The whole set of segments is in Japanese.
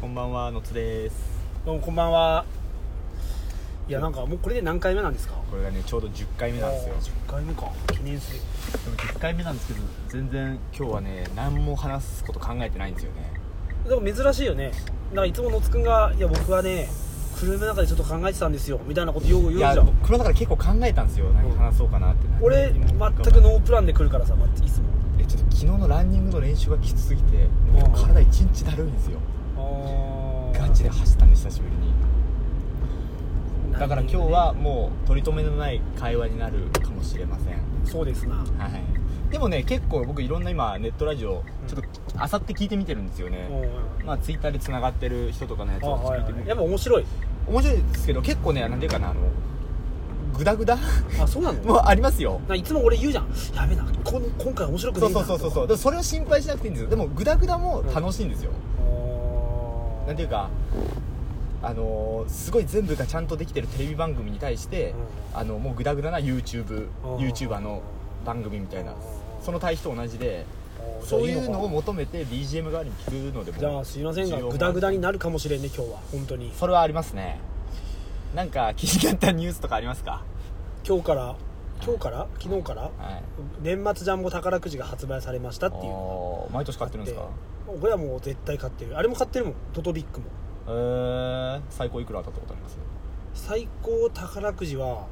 こんばんはのつですどうもこんばんは。いやなんかもうこれで何回目なんですか。これがねちょうど10回目なんですよ十回目か。記念すべき。でも10回目なんですけど全然今日はね何も話すこと考えてないんですよねでも珍しいよね。なんかいつものつくんがいや僕はね車の中でちょっと考えてたんですよみたいなことよう言ういじゃやん。僕の中で結構考えたんですよ何話そうかなって俺全くノープランで来るからさ、まいつも。えちょっと昨日のランニングの練習がきつすぎてもう体一日だるいんですよあーガチで走ったんで久しぶりにだから今日はもう取り留めのない会話になるかもしれませんそうですな。はい、でもね結構僕いろんな今ネットラジオちょっとあさって聞いてみてるんですよね、うんまあツイッターでつながってる人とかのやつあをは聞いいてはみい。て、やっぱ面白い。面白いですけど結構ねなんていうかなあのグダグ ダあそうなの。もありますよなんかいつも俺言うじゃん。やべえな。こん今回面白くそなういそうそうそうそうでもそれを心配しなくていいんですよでもグダグダも楽しいんですよ、あーなんていうかあのーすごい全部がちゃんとできてるテレビ番組に対して、あのもうグダグダな YouTube、うん YouTuber の番組みたいな、うんその対比と同じで、あーそういじゃあうかなのを求めて BGM 代わりに聞くのでもじゃあすいませんがグダグダになるかもしれんね今日は本当にそれはありますねなんか気になったニュースとかありますか今日から今日から昨日からはい年末ジャンボ宝くじが発売されましたっていうのおー毎年買ってるんですかが俺はもう絶対買ってるあれも買ってるもんトトビックもえー、最高いくら当たったことあります最高宝くじはは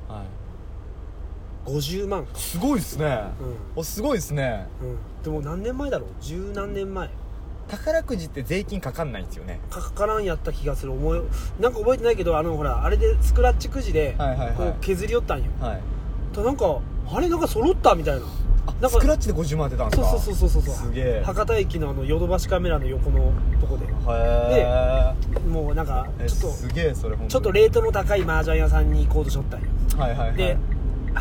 50万いすごいですねうおすごいですねん、うん、でも何年前だろう十何年前宝くじって税金かかんないんですよねかからんやった気がする思いなんか覚えてないけどあのほらあれでスクラッチくじではいはいはいこう削り寄ったんよ、はいとなんかあれなんか揃ったみたいななあんかスクラッチで50万当てたんですそうかそうそうそうそうすげえ博多駅のあのヨドバシカメラの横のとこでへーもうなんかえちょっすげえそれ本当にとちょっとレートの高い麻雀屋さんに行こうとしょったんよはいはいはいで、あ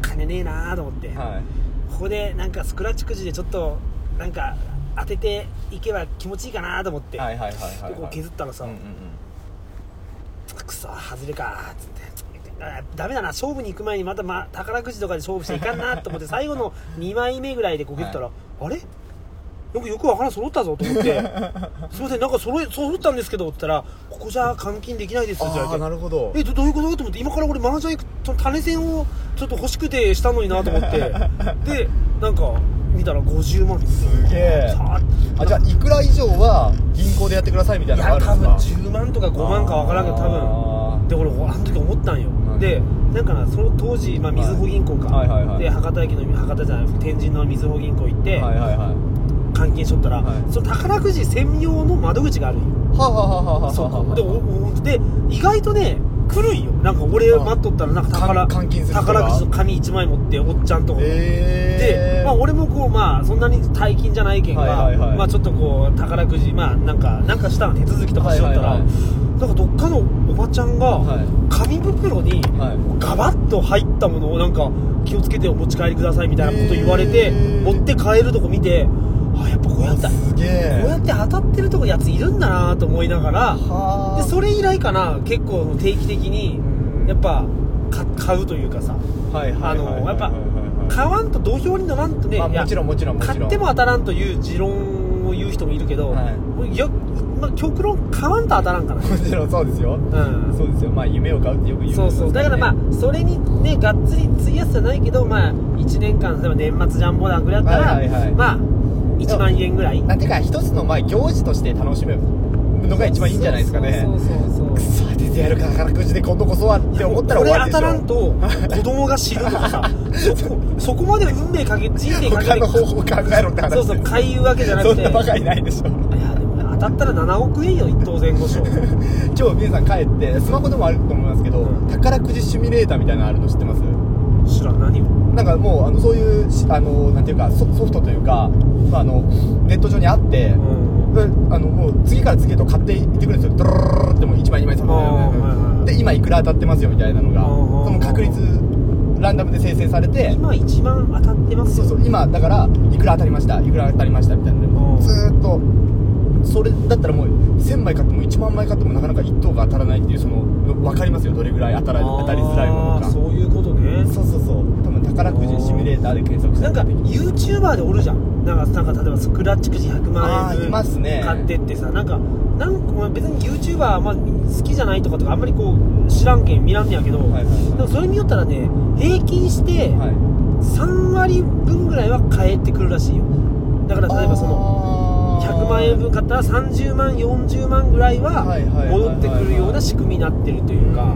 ー金ねえなーと思って、はいここでなんかスクラッチくじでちょっとなんか当てていけば気持ちいいかなーと思って、はいはいはいはいでこう削ったらさ、うんうんうんくそ外れかーっつって。あダメだな勝負に行く前にまた、ま、宝くじとかで勝負していかんなと 思って最後の2枚目ぐらいでこけったら、はあれよくよくわからん揃ったぞと思って すいませんなんか揃え揃ったんですけどって言ったらここじゃ換金できないですって言あわあれてなるほどえどどういうことと思って今から俺マージャン行くその種銭をちょっと欲しくてしたのになと 思ってでなんか見たら50万ですすげえさあじゃあいくら以上は銀行でやってくださいみたいいなのがやある多分んですか10万とか5万かわからんけど多分分で俺あの時思ったんよ、はいでなんかなその当時、まあ、みずほ銀行か、はいはいはいで博多駅の博多じゃない天神のみずほ銀行行って、はいはいはい換金しとったら、はいその宝くじ専用の窓口があるんよはあはあはあはあはあそうはあはあでおおで意外とね来るんよなんか俺はい待っとったらなんか宝換換金する人が宝くじの紙1枚持っておっちゃんとこ、えで、ーまあ、俺もこう、まあ、そんなに大金じゃないけんが、はいはいはいまあ、ちょっとこう宝くじ、まあ、なんかなんかしたの手続きとかしよったら、はいはいなんかどっかのおばちゃんが、はい紙袋に、はいガバッと入ったものをなんか気をつけてお持ち帰りくださいみたいなこと言われへて、ー持って帰るとこ見てあやっぱこうやったこすげえうやって当たってるとこやついるんだなと思いながらはあでそれ以来かな結構定期的にやっぱか買うというかさはいはいはいはいあのやっぱはいはいはい買わんと土俵に乗らんとね、まあいやもちろんもちろんもちろん買っても当たらんという持論を言う人もいるけど、はいいやまあ、極論買わんと当たらんからね、もちろんそうですようん、そうですよまあ夢を買うってよく言うそうそうだからまあそれにねがっつり費やすじゃないけどまあ1年間例えば年末ジャンボだぐらいだったら、はいはいはいまあ1万円ぐらいなんていうか一つのまあ行事として楽しむのが一番いいんじゃないですかねそうそうそうくそうそ当ててやるか宝くじで今度こそはって思ったらこ終れわりでした当らょんと子供が死ぬとかさそこそこまで運命かけ人生かけ他ての方法考えろって話そうそう買いうわけじゃなくそんていなやバカいないで しょでも当たったら7億円よ一等前 後賞今日皆さん帰ってスマホでもあると思いますけど、うん宝くじシミュレーターみたいなのあるの知ってます知らん何をなんかもうあのそういうしあのなんていうかソソフトというか、まあ、あのネット上にあって、うんであのもう次から次へと買っていってくるんですよドロロロロってもう1枚2枚3枚4枚あーはいはいで今いくら当たってますよみたいなのがあーその確率ランダムで生成されて今1万当たってますそうそう今だからいくら当たりましたいくら当たりましたみたいなのでうんずーっとそれだったらもう1000枚買っても1万枚買ってもなかなか1等が当たらないっていうそのの分かりますよどれぐらい当たら当たりづらいものあーかそういうことねそうそうそう多分宝くじシミュレーターで検索してなんか YouTuber でおるじゃんなんかなんか例えばスクラッチくじ100あ万円ーいますね買ってってさなんかなんかまあ別に YouTuber はまあ好きじゃないとかとかあんまりこう知らんけん見らんねやけど、はいはいでもそれ見よったらね平均してはい3割分ぐらいは返ってくるらしいよだから例えばそのの100万円分買ったら30万40万ぐらいははいはいはいはい戻ってくるような仕組みになってるというか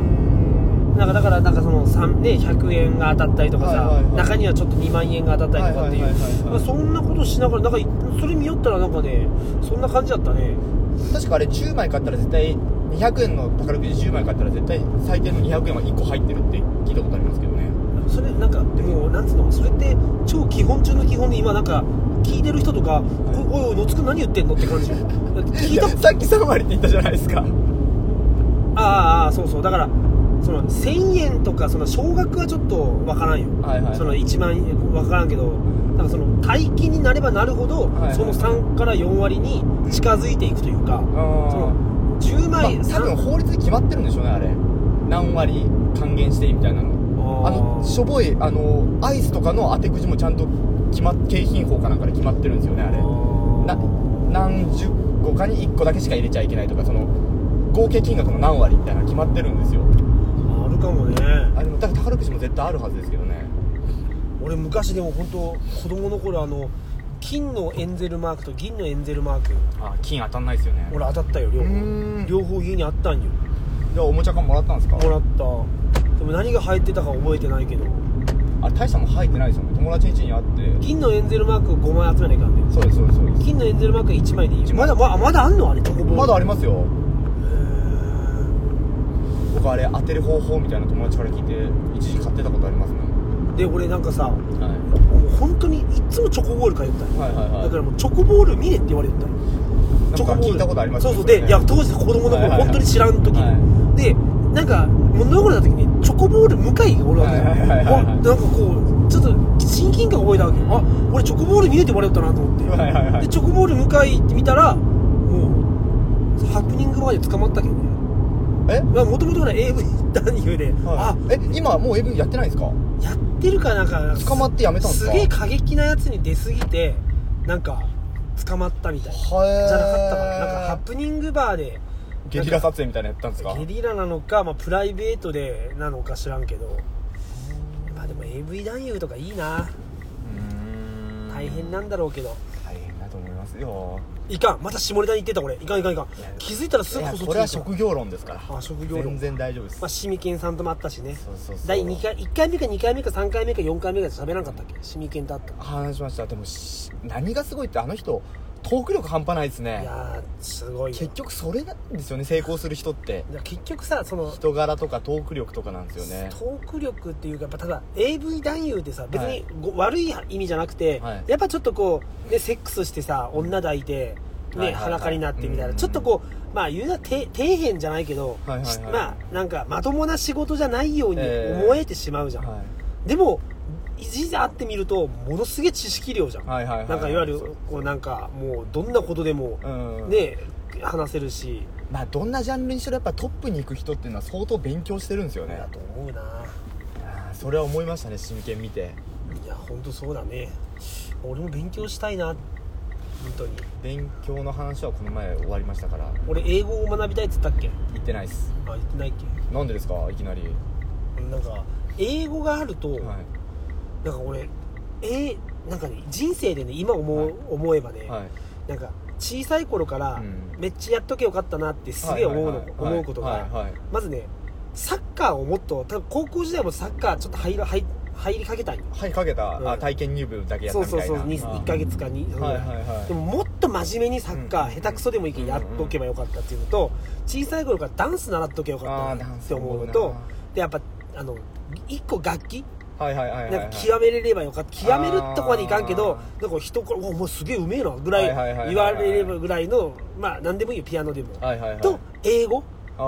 なんかだからなんかその3、ね、100円が当たったりとかさ、はいはいはい中にはちょっと2万円が当たったりとかっていう、はいはいはいはいはいまあそんなことしながらなんかいそれ見よったらなんかねそんな感じだったね確かあれ10枚買ったら絶対200円の宝くじ10枚買ったら絶対最低の200円は1個入ってるって聞いたことありますけどねそれなんかでもなんつうのそれって超基本中の基本で今なんか聞いてる人とか「おいおいのつくん何言ってんの?」って感じだって 聞いたさっき3割って言ったじゃないですかああああそうそうだからその1000円とかその少額はちょっとわからんよ、はいはいその1万円わからんけどなんかその大金になればなるほど、はいはいその3から4割に近づいていくというあか、その10まあ枚、多分法律で決まってるんでしょうねあれ何割還元していいみたいなのあのしょぼいあのアイスとかの当てくじもちゃんと決まっ景品法かなんかで決まってるんですよねあれな何十個かに1個だけしか入れちゃいけないとかその合計金額の何割みたいなの決まってるんですよあるかもねあでもだから宝くじも絶対あるはずですけどね俺昔でも本当子供の頃あの金のエンゼルマークと銀のエンゼルマークあ金当たんないですよね俺当たったよ両う方ーん両方家にあったんよじゃあおもちゃ缶もらったんですかもらったでも何が入ってたか覚えてないけどあれ大したもん入ってないですよね友達ん家にあって銀のエンゼルマーク5枚集めないかんでそうですそうですそうです金のエンゼルマーク1枚でいい一ま枚だままだあんのあれとまだありまますよ僕あれ当てる方法みたいな友達から聞いて一時買ってたことありますねで俺なんかさもはう本当にいつもチョコボール買いよったんよいはいはいだからもうチョコボール見れって言われてたのなんか聞いたことありますそうそうで、いや当時子供のはいはいは頃い本当に知らん時に、はでなんか物心な時にチョコボール向かいがおるわけよ、はいはいはいはいおなんかこうちょっと親近感覚えたわけよあ俺チョコボール見れてもらえたなと思って、はいはいはいでチョコボール向かいって見たらもうハプニングまで捕まったけどね えもともと AV 男優で、はあいえ今もう AV やってないんですかやってるかなんか捕まってやめたんですかすげえ過激なやつに出すぎてなんか捕まったみたいなはじゃなかったかななんかハップニングバーでゲリラ撮影みたいなのやったんですかゲリラなのか、まあ、プライベートでなのか知らんけどまあでも AV 男優とかいいな大変なんだろうけど大変だと思いますよいかんまた下ネタに行ってたこれいかんいかんいかんいや気づいたらすいぐやこそこれは職業論ですからあ職業論全然大丈夫ですまあシミケンさんともあったしねそうそうそう第2回1回目か2回目か3回目か4回目かで喋らんかったっけシミケンとあった話しましたでもし何がすごいってあの人トーク力半端ないですいねやーすごいよ結局それなんですよね成功する人ってだから結局さその人柄とかトーク力とかなんですよねトーク力っていうかやっぱただ AV 男優ってさ別はにいご、悪い意味じゃなくて、はいやっぱちょっとこう、ね、セックスしてさ女抱いて、ねはいはいはい裸になってみたいな、うんちょっとこうまあ言うな底底辺じゃないけど、はいはいはいしまあなんかまともな仕事じゃないように思えてしまうじゃん、はでも実際会ってみるとものすげえ知識量じゃん、いはいはいはいなんかいわゆるそうこうなんかもうどんなことでも、うんね話せるしまあどんなジャンルにしろやっぱトップに行く人っていうのは相当勉強してるんですよねだと思うなあーそれは思いましたね真剣見ていや本当そうだね俺も勉強したいな本当に勉強の話はこの前終わりましたから俺英語を学びたいっつったっけ行ってないっすあ言ってないっなんでですかいきなりけなんか英語があると、はいなんか俺えーなんかね人生でね今思う、はい思えばね、はいなんか小さい頃から、うんめっちゃやっとけよかったなってすげえ思うの、はいはいはい思うことが、はいはいまずねサッカーをもっと多分高校時代もサッカーちょっと入ら入入りかけたんよはいかけた、うんあ体験入部だけやったそみうたいそうなそうにあー1ヶ月かに、はいはいはいでももっと真面目にサッカうー、ん下手くそでもいいけどやっとけばよかったっていうのと、小さい頃からダンス習っとけばよかあっーたダなンっスて思うな思うとでやっぱあの一個楽器はいはいはいはいはいなんか極めれればよかった極めるとこまでいかんけどあなんか人から「おもうすげえうめえな」ぐはいはいはいはいらはいい言われればぐらいのまあ何でもいいよピアノでも、はいはいはいと英語あ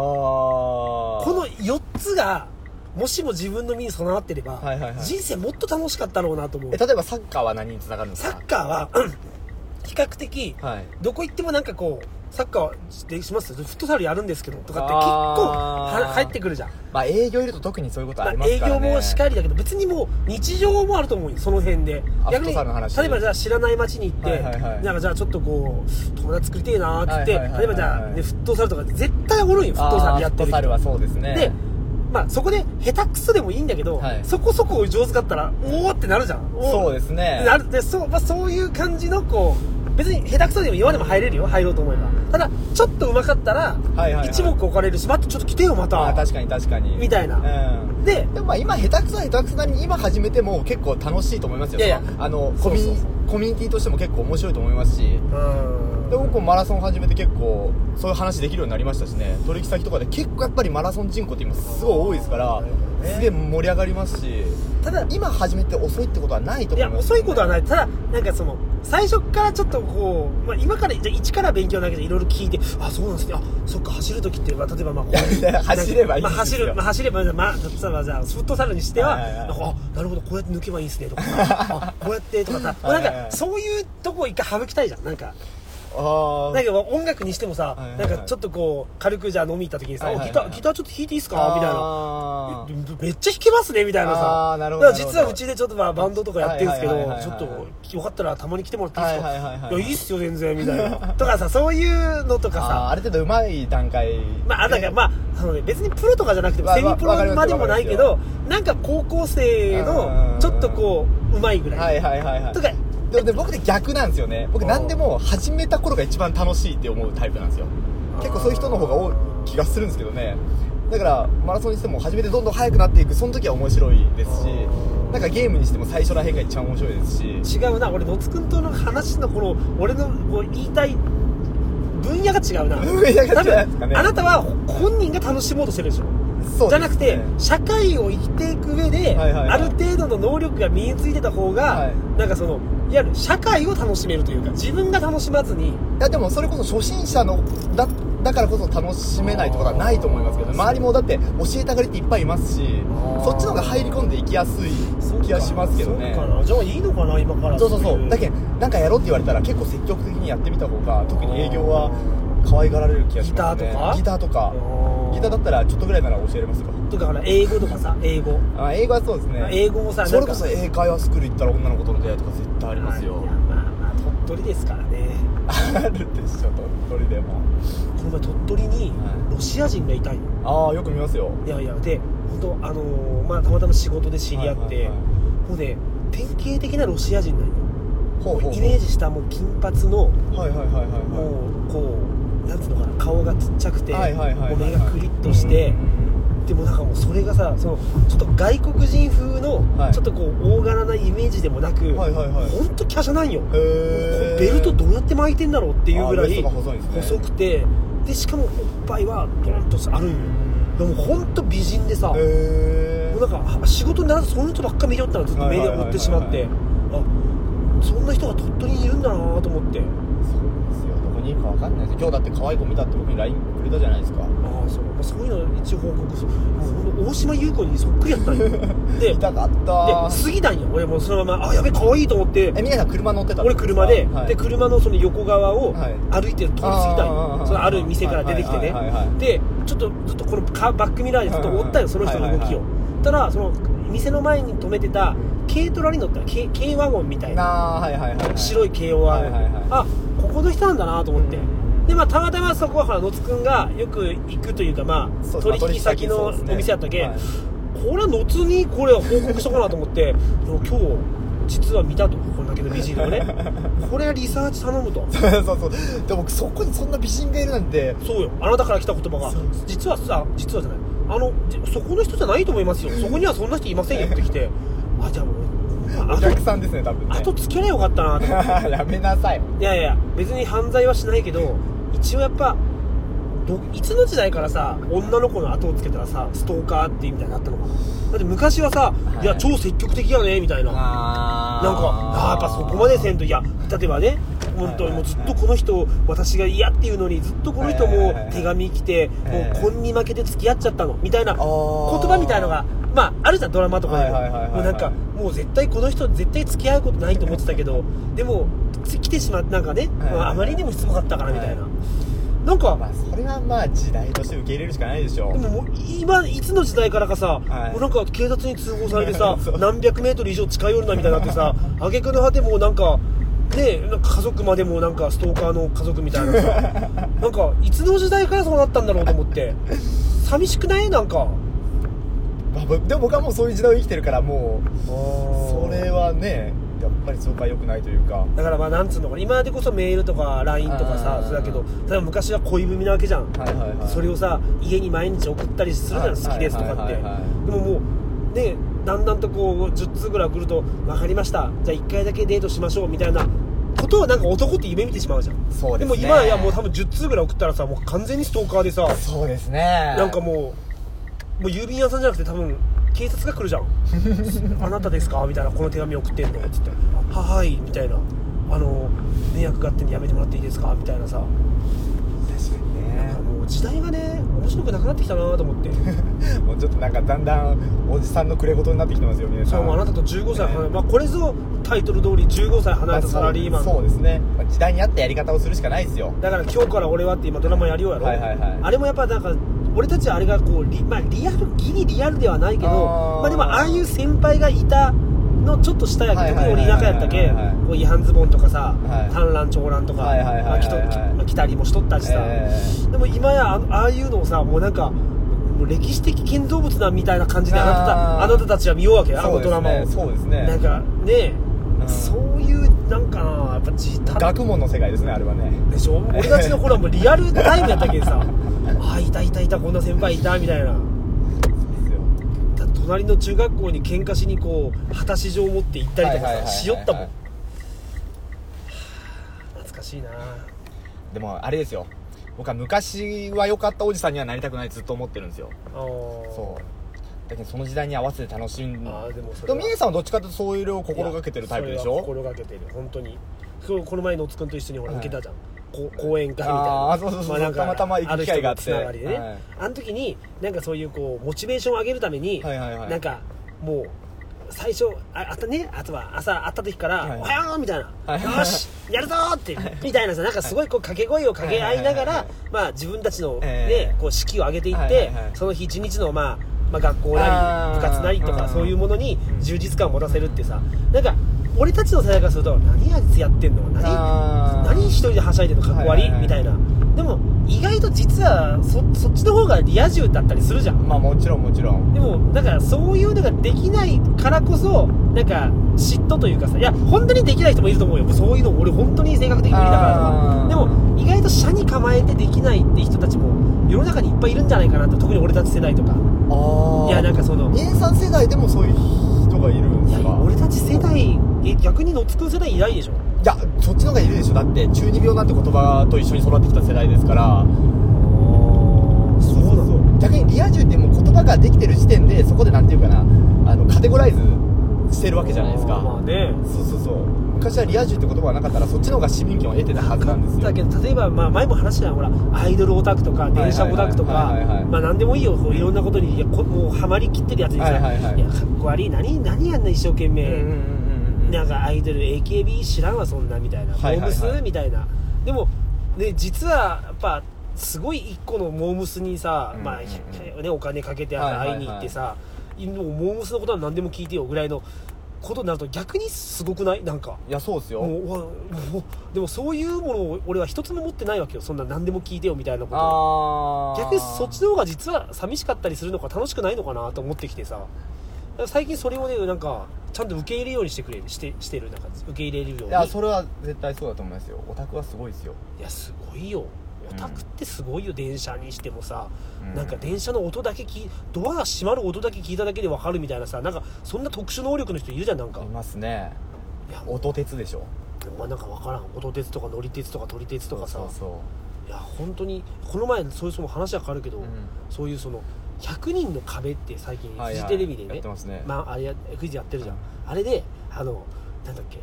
あこの4つがもしも自分の身に備わってれば、はいはいはい人生もっと楽しかったろうなと思うえ例えばサッカーは何につながるんですサかッカーはうん 比較的、はいどこ行ってもなんかこうサッカーでしますフットサルやるんですけどとかって結構あーは入ってくるじゃん、まあ営業いると特にそういうことありままあ、営すから業ね、もしかりだけど別にもう日常もあると思うよその辺であ逆フットサルの話例えばじゃあ知らない街に行って、はいはいはいなんかじゃあちょっとこう友達作りてえなーってっはいて、はいはいはい例えばじゃあ、ね、フットサルとか絶対おるんよフットサルやってあーフッるトサル人はそうですねで、まあ、そこで下手くそでもいいんだけど、はいそこそこ上手かったらおおってなるじゃんおーそうですねなるでそう,、まあ、そういう感じのこう別に下手くそでも今でも入れるよ入ろうと思えばただちょっと上手かったら、はいはい一目置かれるし待ってちょっと来てよまあたー確かに確かにみたいなうんででもまあ今下手くそは下手くそなりに今始めても結構楽しいと思いますよいやいやそのあのそコうミそうそうコミュニティとしても結構面白いと思いますしでうん僕もマラソン始めて結構そういう話できるようになりましたしね取引先とかで結構やっぱりマラソン人口って今すごい多いですから、ねすげえ盛り上がりますしただ今始めて遅いってことはないと思いいやます遅いことはないいただなんかその最初からちょっとこう、まあ、今からじゃあ一から勉強なけどいろいろ聞いてあそうなんですねあそっか走るときってまあ例えばまあこういや走ればいいんまであ、すよ走る、まあ、走ればいいんですよまあ例えばじゃあフットサルにしてははいはいはいなんかあなるほどこうやって抜けばいいんですねとかさあこうやってとかさはいはいはいなんかそういうとこを一回省きたいじゃんなんかあなんか音楽にしてもさ、はいはいはいなんかちょっとこう軽くじゃあ飲み行った時にさ、はいはいはいおギターギターちょっと弾いていいですかみたいなあーめっちゃ弾けますねみたいなさあーなるほどだから実はうちでちょっとまあバンドとかやってるんですけどはいはいはいはいちょはいっとよかったらたまに来てもらっていいですか、はいいはいはいはいやいいっすよ全然みたいなとかさそういうのとか あーさある程度うまい段階まあ、あだからまああのね、別にプロとかじゃなくてもわセミプわわかりロますまでもないけどわなんか高校生うんうんうのんちょっとこううまいぐら、はいいはいはいはいとかでもね僕で逆なんですよね僕何でも始めた頃が一番楽しいって思うタイプなんですよ結構そういう人の方が多い気がするんですけどねだからマラソンにしても初めてどんどん速くなっていくその時は面白いですしなんかゲームにしても最初らへんが一番面白いですし違うな俺野津君との話のこの俺のこう言いたい分野が違うな 分野が違うんですかね多分あなたは本人が楽しもうとしてるでしょそうですねじゃなくて社会を生きていく上はで、いはいはいある程度の能力が身についてた方が、はいなんかそのいわゆる社会を楽しめるというか自分が楽しまずにいやでもそれこそ初心者のだだからこそ楽しめないとかはないと思いますけどね周りもだって教えたがりっていっぱいいますしあーそっちの方が入り込んでいきやすい気がしますけどねそうかなじゃあいいのかな今からそうそうそいうだけどなんかやろうって言われたら結構積極的にやってみた方が特に営業は可愛がられる気がしますねギターとかギターとかあーギターだったらちょっとぐらいなら教えれますよとかほら英語とかさ英語あ英語はそうですね英語もさそなれんかこそ英会話スクール行ったら女の子との出会いとか絶対ありますよいやまあまあ鳥取ですからねあるでしょ鳥取でもこの前鳥取にはいロシア人がいたんよああよく見ますよいやいやで本当あのーまあたまたま仕事で知り合って、はいはいはいもうね典型的なロシア人なんよほうほうほうイメージしたもう金髪のはいはいはいはいはいもうこうなんつうのかな顔がちっちゃくて、はいはいはいはいもう目がクリッとして、でもなんかもうそれがさそのちょっと外国人風の、はいちょっとこう大柄なイメージでもなく、はいはいはいほんと華奢なんよ、へーベルトどうやって巻いてんだろうっていうぐらあーウエいストが細いんですね細くてでしかもおっぱいはドロンとあるんよでもほんと美人でさ、へもうなんかは仕事にならずそういう人ばっか見よったらずっと目で追ってしまってはいはあそんな人が鳥取にいるんだなと思ってえそうですよどこにいるかわかんないです今日だって可愛い子見たって僕に LINE くれたじゃないですかああそう、まあ、そういうの一応報告するもうほんと大島優子にそっくりやった んよでで痛かった過ぎたんよ俺もうそのままあやべ可愛いと思ってえ皆さん車乗ってたん俺すか車で、はいで車のその横側をはい歩いてる通り過ぎたんよ、あーそのある店から出てきてね、はいはいはいはいでちょっとずっとこのカーバックミラーでずっと追ったよ、うんその人の動きを、はいはいたらその店の前に止めてた軽トラに乗った軽軽ワゴンみたいななあはいはいはい、はい、白い軽ワゴン、はいはいはいあここの人なんだなと思って、うんでまあたまたまそこはほら野津くんがよく行くというかまそあうまあ取引先の取引先そうおですね店やったけ、はいこれは野津にこれは報告しとこうかなと思っていや今日実は見たとこれだけの美 人をねこれはリサーチ頼むと そうそうでも僕そこにそんな美人がいるなんてそうよあなたから来た言葉がそう実はさ実はじゃないあのじそこの人じゃないと思いますよそこにはそんな人いませんよってきてあじゃあもうおあ客とさんですね多分ねあとつけりゃよかったなと思っ てやめなさいいやいや別に犯罪はしないけど一応やっぱどいつの時代からさ女の子の後をつけたらさストーカーっていうみたいになったのかなだって昔はさ、いい、や超積極的やねみたいななんかああーやっぱそこまでせんといや例えばね本当にもうずっとこの人私が嫌っていうのにずっとこの人もはい手紙来てはいもう婚に負けて付き合っちゃったのみたいな言葉みたいのがまああるじゃんドラマとかでもはいはいはいはいはいもうなんかもう絶対この人絶対付き合うことないと思ってたけどでもつ来てしまってなんかねはいはいはいあまりにもしつこかったからみたいなはなんかまあそれはまあ時代として受け入れるしかないでしょでももう今いつの時代からかさ、はいもうなんか警察に通報されてさ そう何百メートル以上近寄るなみたいになってさ挙句の果てもうなんかねなんか家族までもなんかストーカーの家族みたいなさ なんかいつの時代からそうなったんだろうと思って寂しくないなんかまあぼでも僕はもうそういう時代を生きてるからもうそそれはねやっぱりそこは良くないというかだからまあなんつうのかな今でこそメールとか LINE とかあさーそうだけど例えば昔は恋文なわけじゃん、はいはいはいそれをさ家に毎日送ったりするじゃんはい好きですとかってはでいはいはいはももうねだんだんとこう10通ぐらい送ると「分かりましたじゃあ1回だけデートしましょう」みたいなことはなんか男って夢見てしまうじゃんそうですねも今やもう多分10通ぐらい送ったらさもう完全にストーカーでさそうですねなんかもうもう郵便屋さんじゃなくて多分警察が来るじゃん 「あなたですか?」みたいな「この手紙送ってんの」っつって「ははい」みたいな「あの迷惑勝手にやめてもらっていいですか?」みたいなさ確かにねもう時代がね面白くなくなってきたなと思ってもうちょっとなんかだんだんおじさんの暮れ事になってきてますよ皆そされんもうあなたと15歳離れ、まあ、これぞタイトル通り15歳離れたサラリーマン、まあそうそうですね、まあ時代に合ったやり方をするしかないですよだから今日から俺はって今ドラマやるようやろ、はいはいはいあれもやっぱなんか俺たちはあれがこうリ,、まあ、リアルギリリアルではないけどあーまあ、でもああいう先輩がいたのちょっと下やはいけどはい特はいにはい田舎やったけはいはいこう違反ズボンとかさはい短乱長乱とかはいはいはいはいまあきときまあ着たりもしとったしさ、えでも今やあのああいうのをさもうなんかもう歴史的建造物だみたいな感じであなたたあーあなたたちは見ようわけよあそのうドですラマねを、そうですねなんかね、うんそういうなんかなやっぱ時短学問の世界ですねあれはねでしょ俺たちの頃はもうリアルタイムやったけ どさああいたいたいたこんな先輩いたみたいなそうですよだ隣の中学校に喧嘩しにこう果たし状を持って行ったりとかはいはいはいはいはさいしよったもんはあ懐かしいなでもあれですよ僕は昔は良かったおじさんにはなりたくないってずっと思ってるんですよそそうだけどその時代に合わせて楽しんあーでもそれでもは峰さんはどっちかというとそういうのを心がけてるタイプでしょ心がけてる本当にそうこの前のおつくんと一緒に俺はい受けたじゃん、こう講演会みたいなあーそうそうそうなんかたまたま行く機会があってる人のつながりでね、はいあの時になんかそういうこうモチベーションを上げるために、はいはいはいなんかもう最初ああったねあとは朝会った時から「はいおはよう」みたいな「はいよしやるぞ!」って、みたいなさなんかすごいこう掛け声を掛け合いながら、はいはいまあ自分たちの、ねええこう士気を上げていって、はいはいはいその日一日の、まあ、まあ学校なありー部活なりとうかんそういうものに充実感を持たせるってさなんか俺たちの世代からすると何あいつやってんの何あー何一人ではしゃいでんのかっこ悪はいいはいはいみたいなでも意外と実はそそっちの方がリア充だったりするじゃんまあもちろんもちろんでもだからそういうのができないからこそなんか嫉妬というかさいや本当にできない人もいると思うよもうそういうの俺本当に性格的に無理だからとあかーでも意外と社に構えてできないって人たちも世の中にいっぱいいるんじゃないかなと特に俺たち世代とかあいやなんかその姉さん世代でもそういう人がいるんいでやすか俺たち世代え逆にのつくん世代いないでしょいやそっちの方がいるでしょだって中二病なんて言葉と一緒に育ってきた世代ですからそうなのそう逆にリア充ってもう言葉ができてる時点でそこでなんていうかなあのカテゴライズしてるわけじゃないですかまあねそうそうそう昔はリア充って言葉がなかったらそっちの方が市民権を得てたはずなんですよだけど例えば、まあ、前も話したよほらアイドルオタクとか電車オタクとかはいはいはいはいはいまあ何でもいいよこういろんなことにいやこもうハマりきってるやつにさ、はいはいはいやかっこ悪い何何やんな一生懸うんうんうん命、うんなんかアイドル AKB 知らんわそんなみたいな、はいはいはいモームスみたいなでもね実はやっぱすごい一個のモームスにさ、うんまあうんね、お金かけてはいはいは会いいに行ってさ、もうモームスのことは何でも聞いてよぐらいのことになると逆にすごくないなんかいやそうですよもううわもうでもそういうものを俺は一つも持ってないわけよそんな何でも聞いてよみたいなことああ逆にそっちの方が実は寂しかったりするのか楽しくないのかなと思ってきてさだから最近それをねなんかちゃんと受け入れるようにしてくれるしてしてるなんか受け入れるようにいやそれは絶対そうだと思いますよオタクはすごいですよいやすごいよオタクってすごいよ、電車にしてもさ、うんなんか電車の音だけ聞いドアが閉まる音だけ聞いただけで分かるみたいなさなんかそんな特殊能力の人いるじゃんなんかいますねいや音鉄でしょお前なんか分からん音鉄とか乗り鉄とか撮り鉄とかさそうそういや本当にこの前そういうその話は変わるけど、そう、うんそういうその100人の壁って最近はフいジはいテレビでね、やってますね、まあ、あれやクイズやってるじゃん、あれであのなんだっけ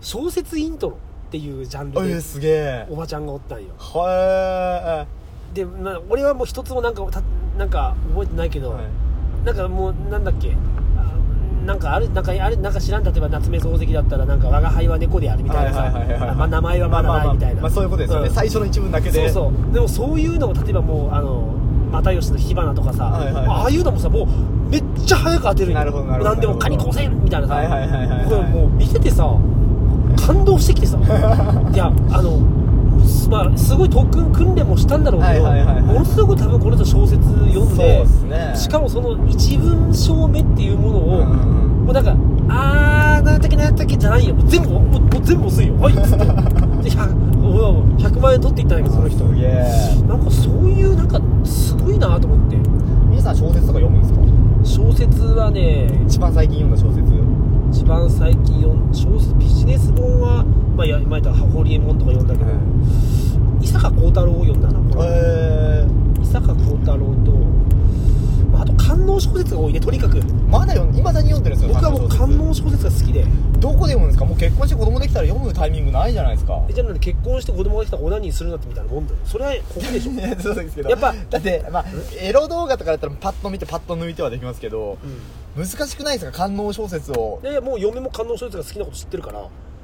小説イントロっていうジャンえルですげえおばちゃんがおったんよはで、まあ、俺はもう一つもなんかたなんか覚えてないけえど、なんかもうなんだっけあなんかあるなんかあれなんか知らん例えば夏目漱石だったらなんか我が輩は猫であるみたいなはいはいはいはいさまあ名前はまだないみたいな、まあそういうことですよねん最初の一文だけでそうそうでもそういうのを例えばもうあの又吉の火花とかさ、はいはいはいああいうのもさもうめっちゃ早く当てるんよなるほどなるほど何でもカニこせんみたいなさ、はいはいはいはいはいこれもう見ててさ感動してき てさいやあのす,、まあ、すごい特訓訓練もしたんだろうけど、はいはいはいはいものすごく多分この人小説読んそうでっすねしかもその一文章目っていうものを、うんうんうんもうなんか「あーなんだっけなんだっけ」じゃないよもう全部もうもう全部薄いよはいっつってで 100, 100万円取っていったんだけどその人すげえなんかそういうなんかすごいなと思って皆さん小説とか読むんですか小説はね一番最近読んだ小説一番最近読ん小説ビジネス本は、まあ、や前言ったホリエモンとか読んだけど、伊坂幸太郎を読んだなこれ、えー伊坂幸太郎と、まあ、あと官能小説が多いねとにかくまだ読んいまだに読んでるんですよ僕はもう観官音小能小説が好きで説どこで読むんですかもう結婚して子供できたら読むタイミングないじゃないです かえじゃあなんで結婚して子供ができたらオナニーするなってみたいなもんだよそれはここでしょいやそうですけどやっぱだってまあエロ動画とかだったらパッと見てパッと抜いてはできますけどうん難しくないですか官能小説をいやいやもう嫁も観音小説が好きなこと知ってるから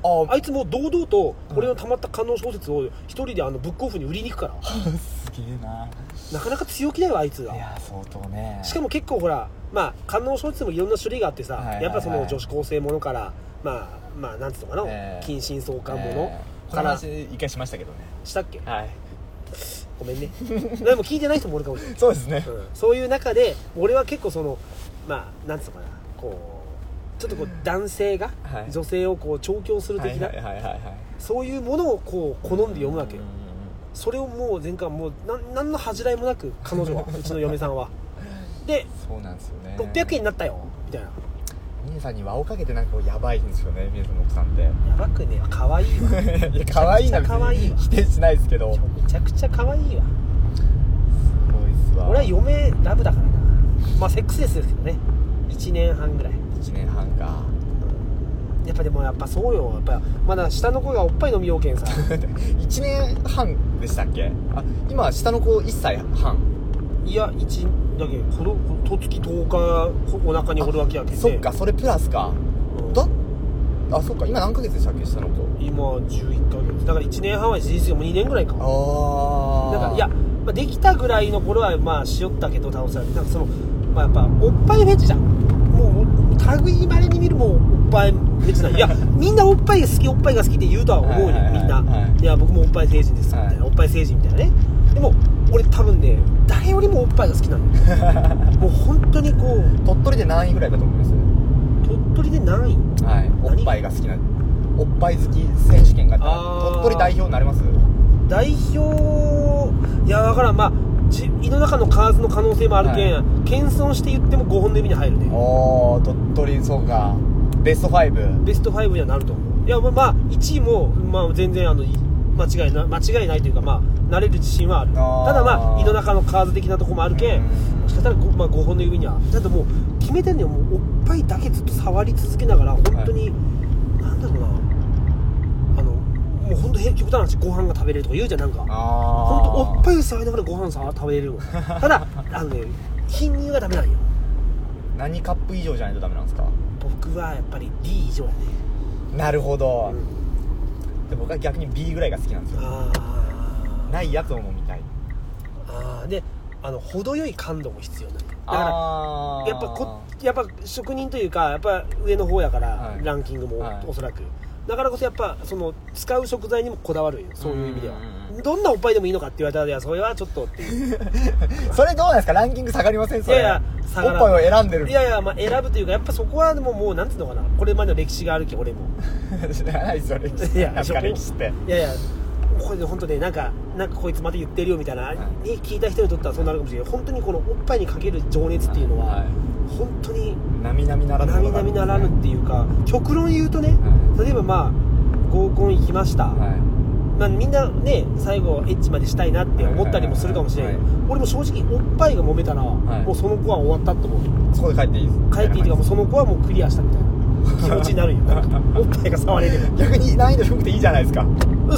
ああいつもう堂々と俺のたまった観音小説を一人であのブックオフに売りに行くからあすげえななかなか強気だよあいついがや相当ねしかも結構ほらまあ観音小説もいろんな種類があってさ、はいはいはいやっぱその女子高生ものからまあまあなんつうのかな、ええ近親相関ものえーこかのら、話一回しましたけどねしたっけはいごめんね でも聞いてない人もおるかもしれないそうですねうんそういう中で俺は結構そのまあなんつうのかなこうちょっとこう男性がはい女性をこう調教するは的いな、はいはいはいはいそういうものをこう好んで読うんうむわけよんうんそれをもう前回もうなん何の恥じらいもなく彼女はうちの嫁さんはでそうなんですよね600円になったよみたいな皆さんに輪をかけてなんかこうやばいんですよね皆さんの奥さんってやばくね可愛いわ いや可愛いなめちゃくちゃ可愛いわ否定しないですけどすめちゃくちゃ可愛いわごいっすわ俺は嫁ラブだからなまあセックスレスですけどね1年半ぐらい1年半か やっぱでもやっぱそうよやっぱまだ下の子がおっぱい飲みようけ んさ1年半でしたっけあ今下の子1歳半いや1だけどほどとつき10日こお腹におるわけやけんねそっかそれプラスかうんだあそっか今何ヶ月でしたっけ下の子今11ヶ月だから1年半は事実上もう2年ぐらいかあなんかいや、はまあ、できたぐらいの頃はまあしよったけど倒されてなんかその、まあ、やっぱおっぱいフェチじゃんもう類いまれに見るもうおっぱいフ ェチなんいやみんなおっぱいが好きおっぱいが好きって言うとは思うよ、はいはいはいみんな、はいい、や僕もおっぱい成人ですみたいはな、いおっぱい成人みたいなねでも俺多分ね誰よりもおっぱいが好きなの もう本当にこう鳥取で何位ぐらいかと思います鳥取で何位はいおっぱいが好きなおっぱい好き選手権があったらあー鳥取代表になれます代表いやだからんまあじ胃の中の蛙の可能性もあるけん、は謙遜して言っても5本の指に入るねおお鳥取そうかベスト5ベスト5にはなると思ういやまあ、まあ、1位も、まあ、全然あのい間違いな間違いないというか、まあ、慣れる自信はあるあーただまあ胃の中の蛙的なとこもあるけうんんもしかしたら 5,、まあ、5本の指にはだってもう決めてんのよもうおっぱいだけずっと触り続けながら本当に、なんだろうなあのもう本当極端な話ご飯が食べれるとか言うじゃんなんかあ本あ当おっぱいを触りながらご飯さ食べれ るのただあのね貧乳はダメなんよ何カップ以上じゃないとダメなんですか僕はやっぱり D 以上やね、なるほど、うんで僕は逆に B ぐらいが好きなんですよあーないやつを飲みたいあーであの程よい感度も必要なんだだかあーらやっぱこやっぱ職人というかやっぱ上の方やから、はいランキングも、はいおそらくだからこそやっぱその使う食材にもこだわるよそういう意味ではうんどんなおっぱいでもいいのかって言われたらいやそれはちょっとっていう それどうなんですかランキング下がりませんそれいやいや下がらんおっぱいを選んでるいやいや、まあ、選ぶというかやっぱそこはでももうなんていうのかなこれまでの歴史があるけん 俺も知らないですよ歴史いやなんか歴史っていやいやこれで本当ねなんかなんかこいつまた言ってるよみたいな、に聞いた人にとってはそうなるかもしれない本当にこのおっぱいにかける情熱っていうのは、はい本当に並々ならぬも並のがあ々るんですねならぬっていうか極論言うとね、例えばまあ合コン行きました、はまあ、みんなね最後エッチまでしたいなって思ったりもするかもしれないけど、はい俺も正直おっぱいが揉めたら、いもうその子は終わったと思ういそこで帰っていいです帰っていいというかもうその子はもうクリアしたみたいな気持ちに なるよなんかおっぱいが触れる逆に難易度低くていいじゃないですか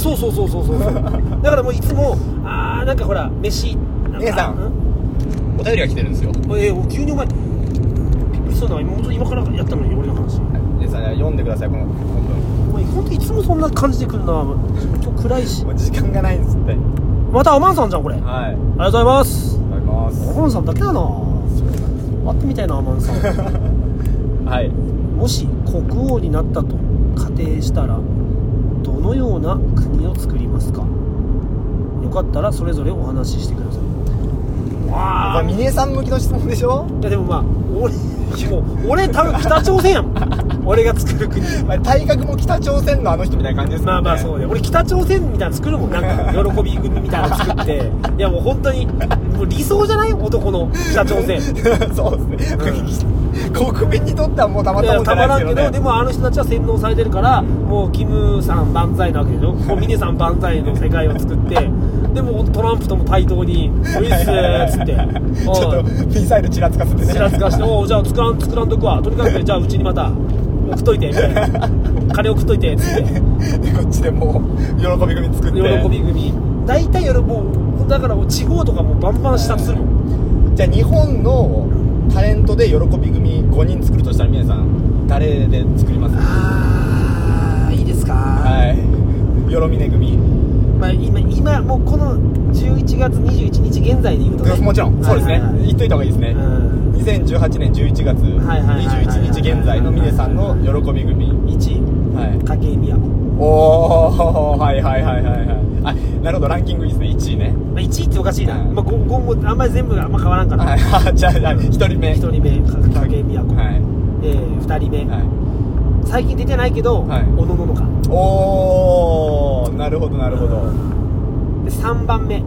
そうそうそうそうそうそうだからもういつもあーなんかほら飯なんか姉さんお便りが来てるんですようんえー急にお前びっくりしたな今本当に今からやったのに俺の話姉さん読んでくださいこの本文お前本当いつもそんな感じで来るな今日暗いしもう時間がないんですってはいまたアマンさんじゃんこれありがありとうございますがとうござアいマンさんだけだな会ってみたいなアマンさん ますはいもし国王になったと仮定したらどのような国を作りますかよかったらそれぞれお話ししてくださいまわああい峰さん向きの質問でしょやでもまあ俺もう俺多分北朝鮮やも ん俺が作る国まあ体格も北朝鮮のあの人みたいな感じですもんねまあまあそうね俺北朝鮮みたいなの作るもんなんか喜び組みたいなの作っていやもう本当にもう理想じゃない男の北朝鮮 そうですね、 国民にとってはもうたまっいたもやんじゃたなまいでらすんけど、けね、どでもあの人たちは洗脳されてるからもうキムさん万歳なわけでし ょもう峰さん万歳の世界を作ってでもトランプとも対等に「ウイっす」っつって 「 ちょっとミサイルちらつかせてねちらつかして「おうじゃあ作らん作らんとくわとにかくじゃあうちにまた送っといて」みたい な「金送っといて」っつってでこっちでもう喜び組作って喜び組大体夜もうだから地方とかもバンバン視察するもんじゃあ日本のタレントで喜び組5人作るとしたら皆さん誰で作りますああいいですかはいよろみね組まあ、今今もうこの11月21日現在で言うとねもちろんそうですねはいはいはい言っといた方がいいですねうん2018年11月はいはいはいはい21日現在の峰さんの喜び組1はい位筧美和子、おまおはいはいはいはいはいあなるほどランキングいいですね1位ねあ、1位っておかしいな、はいまあ、ご今後あんまり全部があんま変わらんから、はいあじゃあじゃあ1人目1人目か筧美和子、はいえー、2人目、はい最近出てないけど、はい小野ののかおおなるほどなるほど、で3番目、え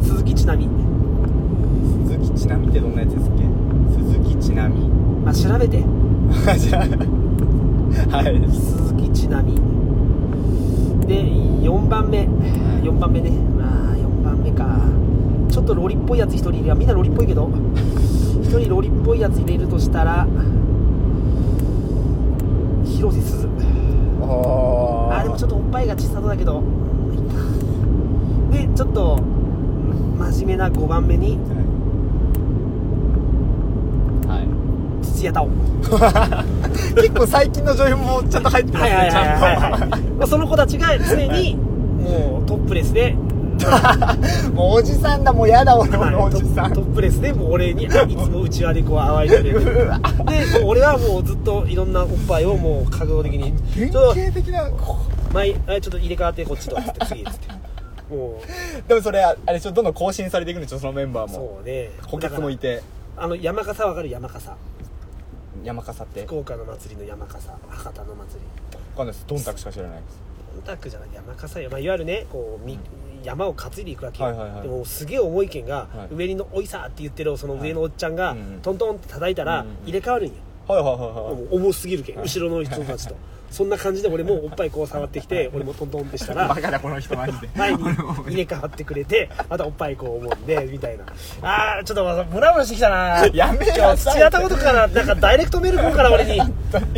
ー、鈴木ちなみ、鈴木ちなみってどんなやつですっけ鈴木ち なみまあ、調べてじゃあはい鈴木ちなみで4番目4番目ねまあ4番目かちょっとロリっぽいやつ1人いるみんなロリっぽいけど1人ロリっぽいやつ入れるとしたら広瀬すずおおあでもちょっとおっぱいが小さそうだけどでちょっと真面目な5番目にはい土屋太鳳結構最近の女優もちゃんと入ってますはいねはいちはいはいゃはいんと まあその子たちが常にもうトップレスでもうおじさんだもうやだ俺はいもおじさトんトップレスでもう俺にいつもうちわでこう淡いてるでもう俺はもうずっといろんなおっぱいをもう覚悟的に典ちょっ型的なと前あちょっと入れ替わってこっちとつって次っつってもでもそれあれちょっとどんどん更新されていくんでしょそのメンバうーもそうね補欠もいてあの山笠わかる山笠山笠って福岡の祭りの山笠博多の祭りわかんないですどんたくしか知らないですオタクじゃない山笠よ、まあ、いわゆるねこうみ山を担いでいくわけよ、はいはいはいでもすげえ重い剣が、はい上にの「おいさ」って言ってるその上のおっちゃんが、はいうんうんトントンって叩いたら、うんうん入れ替わるんよ、はいはいはいはいもう重すぎるけん後ろの人たちとそんな感じで俺もおっぱいこう触ってきて俺もトントンってしたらバカだこの人マジで前に入れ替わってくれてまたおっぱいこう思うんでみたいなあーちょっとムラムラしてきたな やめなさい今日土屋太鳳とかななんかダイレクトメール来るから俺に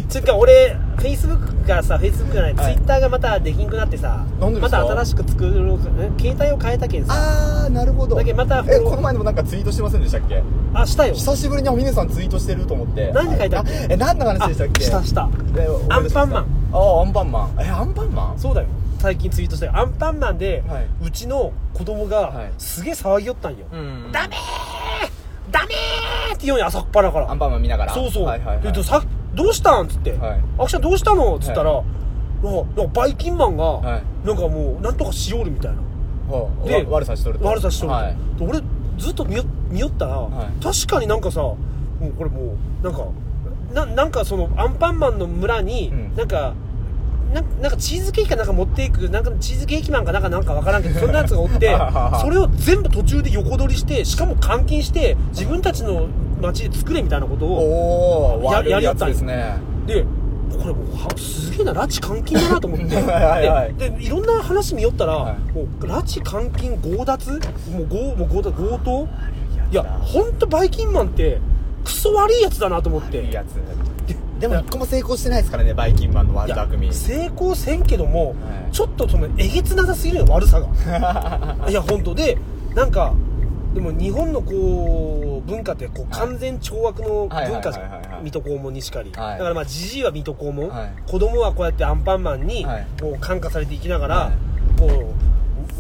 つうか俺フェイスブックがさフェイスブックじゃないツイはいッターがまたできんくなってさなんででますかた新しく作ろうかん携帯を変えたけんさああなるほどだけどまたえこの前でもなんかツイートしてませんでしたっけあしたよ久しぶりにおみねさんツイートしてると思って何て書いたっけあえ何の話でしたっけあしたしたえ思い出しまアンしたパンマンああアンパンマンえアンパンマンそうだよ最近ツイートしたよアンパンマンで、はいうちの子供はがいすげえ騒ぎよったんよ、んダメーダメーって言うんよ朝っぱらかアンらパンマン見ながらそうそう、はいはいはいでさどうしたんっつって、はいあきちゃんどうしたのっつったら、なんかなんかバイキンマンが、はなんかもうなんとかしおるみたいなほうでわ悪さしとると悪さしとると、はいで俺ずっと見よ見よったら、い確かになんかさもうこれもうなんかななんかそのアンパンマンの村に、うんなんかななんかチーズケーキかなんか持っていくなんかチーズケーキマンかなんかなんかわからんけどそんなやつがおって それを全部途中で横取りしてしかも監禁して自分たちの町で作れみたいなことをおおや悪いやつですねでこれもうはすげえな拉致監禁だなと思って はいはいででいろんな話見よったら、はいもう拉致監禁強奪もう強もう強奪強盗やいや本当バイキンマンってクソ悪いやつだなと思っていいやつでも一個も成功してないですからねバイキンマンのい悪や巧み成功せんけども、はいちょっとそのえげつなさすぎるよ悪さが いや本当でなんかでも日本のこう文化ってこう完全懲悪のはい文化じはいはいはいゃはいん水戸黄門にしかり、はいだからまあじじいは水戸黄門、はい子供はこうやってアンパンマンにはいこう感化されていきながら、はこ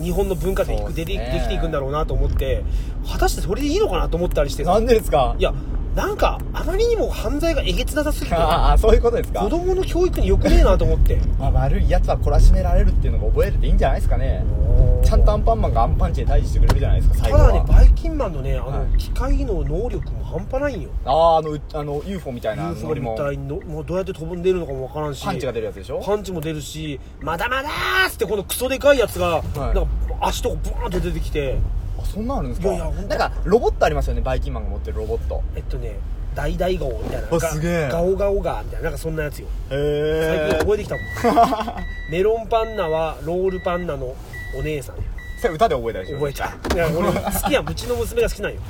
う日本の文化でいそうくでですでねできていくんだろうなと思って果たしてそれでいいのかなと思ったりしてさなんでですかいやなんかあまりにも犯罪がえげつなさすぎてああそういうことですか子供の教育によくねえなと思ってまあ、悪いやつは懲らしめられるっていうのが覚えるっていいんじゃないですかね ちゃんとアンパンマンがアンパンチで退治してくれるじゃないですかた最後はだねバイキンマンのねあはのい機械の能力も半端ないんよあーあのうあの UFO みたいなノ UFO リみもたいにのもうどうやって飛んでるのかもわからんしパンチが出るやつでしょパンチも出るしまだまだーっつってこのクソでかいやつが、なんか足とかブワーンと出てきてあそんなのあるんですかいやいやほんとなんかロボットありますよねバイキンマンが持ってるロボットえっとね大大顔みたいなあすげえガオガオガーみたいななんかそんなやつよ最へ近え覚えてきたもん メロンパンナはロールパンナのお姉さんそれ歌で覚えたでしょ覚えちゃういや俺好きやんうちの娘が好きなんよ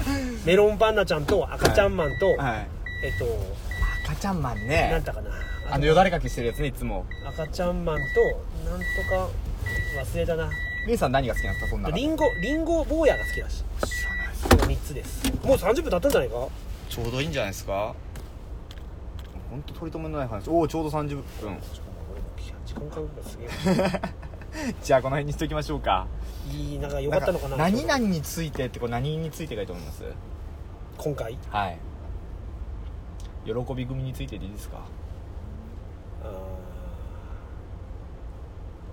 メロンパンナちゃんと赤ちゃんマンと、はいえっと赤ちゃんマンなんねだかなあのよだれかきしてるやつねいつも赤ちゃんマンとなんとか忘れたなリンさん何が好きなんですかそんなリンゴリンゴ坊やが好きだし知らないですこの3つですもう30分経ったんじゃないかちょうどいいんじゃないですか本当取り留めのない話おおちょうど30分時間感覚がすげえじゃあこの辺にしておきましょうかいいなんか良かったのかなん何々についてってこれ何についてがいいと思います今回はい喜び組についてでいいですかあ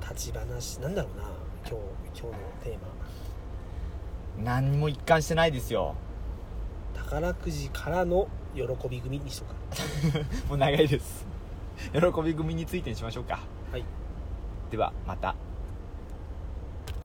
ー立ち話なんだろうな今日今日のテー何も一貫してないですよ マ宝くじからの喜び組にしとくかもう長いです喜び組についてにしましょうかはいではまた